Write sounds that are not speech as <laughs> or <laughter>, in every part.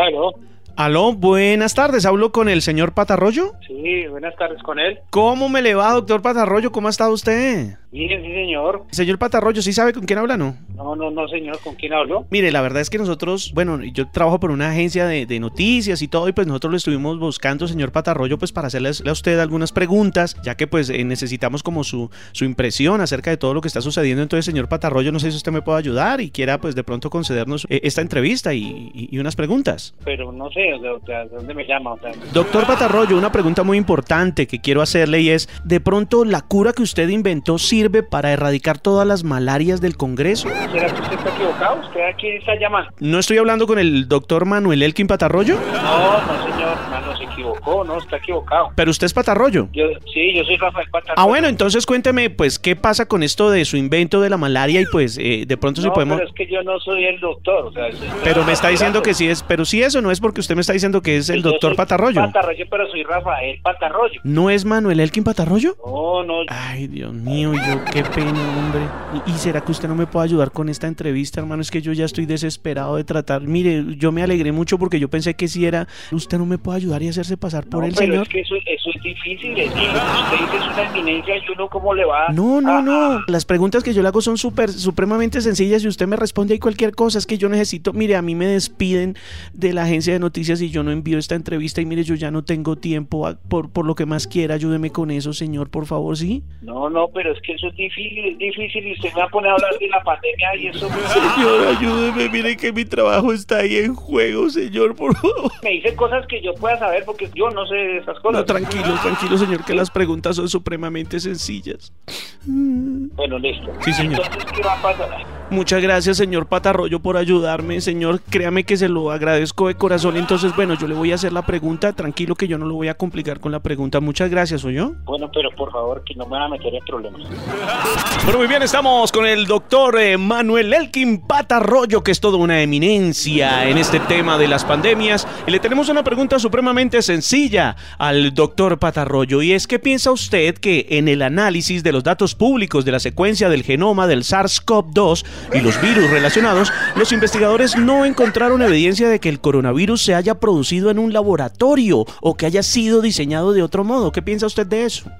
Aló, Aló, buenas tardes. Hablo con el señor Patarroyo. sí, buenas tardes con él. ¿Cómo me le va, doctor Patarroyo? ¿Cómo ha estado usted? Mire, sí, señor. Señor Patarroyo, ¿sí sabe con quién habla, no? No, no, no, señor, ¿con quién habló? Mire, la verdad es que nosotros, bueno, yo trabajo por una agencia de, de noticias y todo, y pues nosotros lo estuvimos buscando, señor Patarroyo, pues para hacerle a usted algunas preguntas, ya que pues eh, necesitamos como su, su impresión acerca de todo lo que está sucediendo. Entonces, señor Patarroyo, no sé si usted me puede ayudar y quiera pues de pronto concedernos eh, esta entrevista y- y- y unas preguntas. Pero no sé, o sea, o sea, ¿dónde me llama? O sea, Doctor Patarroyo, una pregunta muy importante que quiero hacerle y es, ¿de pronto la cura que usted inventó sirve para erradicar todas las malarias del Congreso? ¿será que usted está equivocado? ¿Usted a quién está llamando? ¿No estoy hablando con el doctor Manuel Elkin Patarroyo? No, no, señor, no, no, se equivocó, no, está equivocado. Pero usted es Patarroyo. Yo, sí, yo soy Rafael Patarroyo. Ah, bueno, entonces cuénteme, pues, ¿qué pasa con esto de su invento de la malaria? Y pues, eh, de pronto si No, podemos... pero es que yo no soy el doctor, o sea... Pero me está diciendo que sí es... Pero sí eso no es porque usted me está diciendo que es el doctor Patarroyo. Patarroyo, pero soy Rafael Patarroyo. ¿No es Manuel Elkin Patarroyo? No, no, Ay, Dios mío, yo qué pena, hombre. ¿Y, y será que usted no me puede ayudar con esta entrevista, hermano? Es que yo ya estoy desesperado de tratar. Mire, yo me alegré mucho porque yo pensé que si era, usted no me puede ayudar y hacerse pasar por no, el pero señor. es que eso, eso es difícil, es decir, usted dice es una eminencia y uno cómo le va... No, a- no, a- no. Las preguntas que yo le hago son súper, supremamente sencillas y usted me responde ahí cualquier cosa. Es que yo necesito, mire, a mí me despiden de la agencia de noticias y yo no envío esta entrevista y mire, yo ya no tengo tiempo ah, por, por lo que más quiera. Ayúdeme con eso, señor, por favor, ¿sí? No, no, pero es que eso es difícil, es difícil y usted me va a poner a hablar de la pandemia y eso <laughs> Señor, ayúdeme, mire que mi trabajo está ahí en juego, señor, por favor. me dice cosas que yo pueda saber porque yo no sé de esas No, cosas. tranquilo, tranquilo, señor, que las preguntas son supremamente sencillas. bueno, listo. Sí, señor. Entonces, ¿qué va a pasar? Muchas gracias, señor Patarroyo, por ayudarme, señor. Créame que se lo agradezco de corazón. Entonces, bueno, yo le voy a hacer la pregunta, tranquilo que yo no lo voy a complicar con la pregunta. Muchas gracias, yo? Bueno, pero por favor, que no me van a meter en problemas. Bueno, muy bien, estamos con el doctor eh, Manuel Elkin Patarroyo, que es toda una eminencia en este tema de las pandemias. Y le tenemos una pregunta supremamente sencilla al doctor Patarroyo, y es, ¿qué piensa usted que en el análisis de los datos públicos de la secuencia del genoma del SARS-CoV-2 y los virus relacionados, los investigadores no encontraron evidencia de que el coronavirus se haya producido en un laboratorio o que haya sido diseñado de otro modo? ¿Qué piensa usted de eso?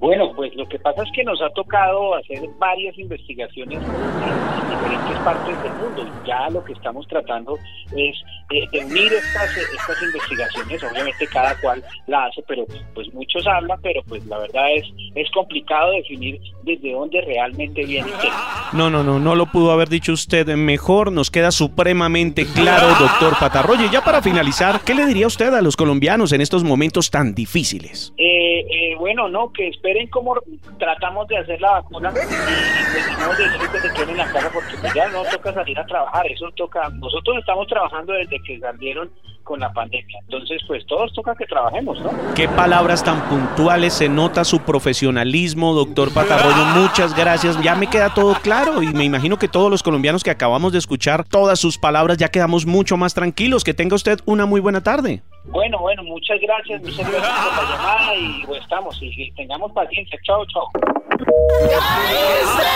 Bueno, pues lo que pasa es que nos ha tocado hacer varias investigaciones en diferentes partes del mundo. y Ya lo que estamos tratando es eh, de unir estas, eh, estas investigaciones. Obviamente cada cual la hace, pero pues muchos hablan, pero pues la verdad es, es complicado definir desde dónde realmente viene el tema. No, no, no, no lo pudo haber dicho usted mejor. Nos queda supremamente claro, doctor Patarroyo. Y ya para finalizar, ¿qué le diría usted a los colombianos en estos momentos tan difíciles? Eh, eh, bueno, no, que esperen cómo tratamos de hacer la vacuna y, y terminamos de decir que se queden en la casa porque pues ya no toca salir a trabajar, eso toca, nosotros estamos trabajando desde que salieron con la pandemia, entonces pues todos toca que trabajemos, ¿no? Qué palabras tan puntuales, se nota su profesionalismo, doctor Patarroyo. Muchas gracias. Ya me queda todo claro y me imagino que todos los colombianos que acabamos de escuchar todas sus palabras ya quedamos mucho más tranquilos. Que tenga usted una muy buena tarde. Bueno, bueno, muchas gracias, muchas gracias por la llamada y pues, estamos, y, y tengamos paciencia, chao, chao. Easter!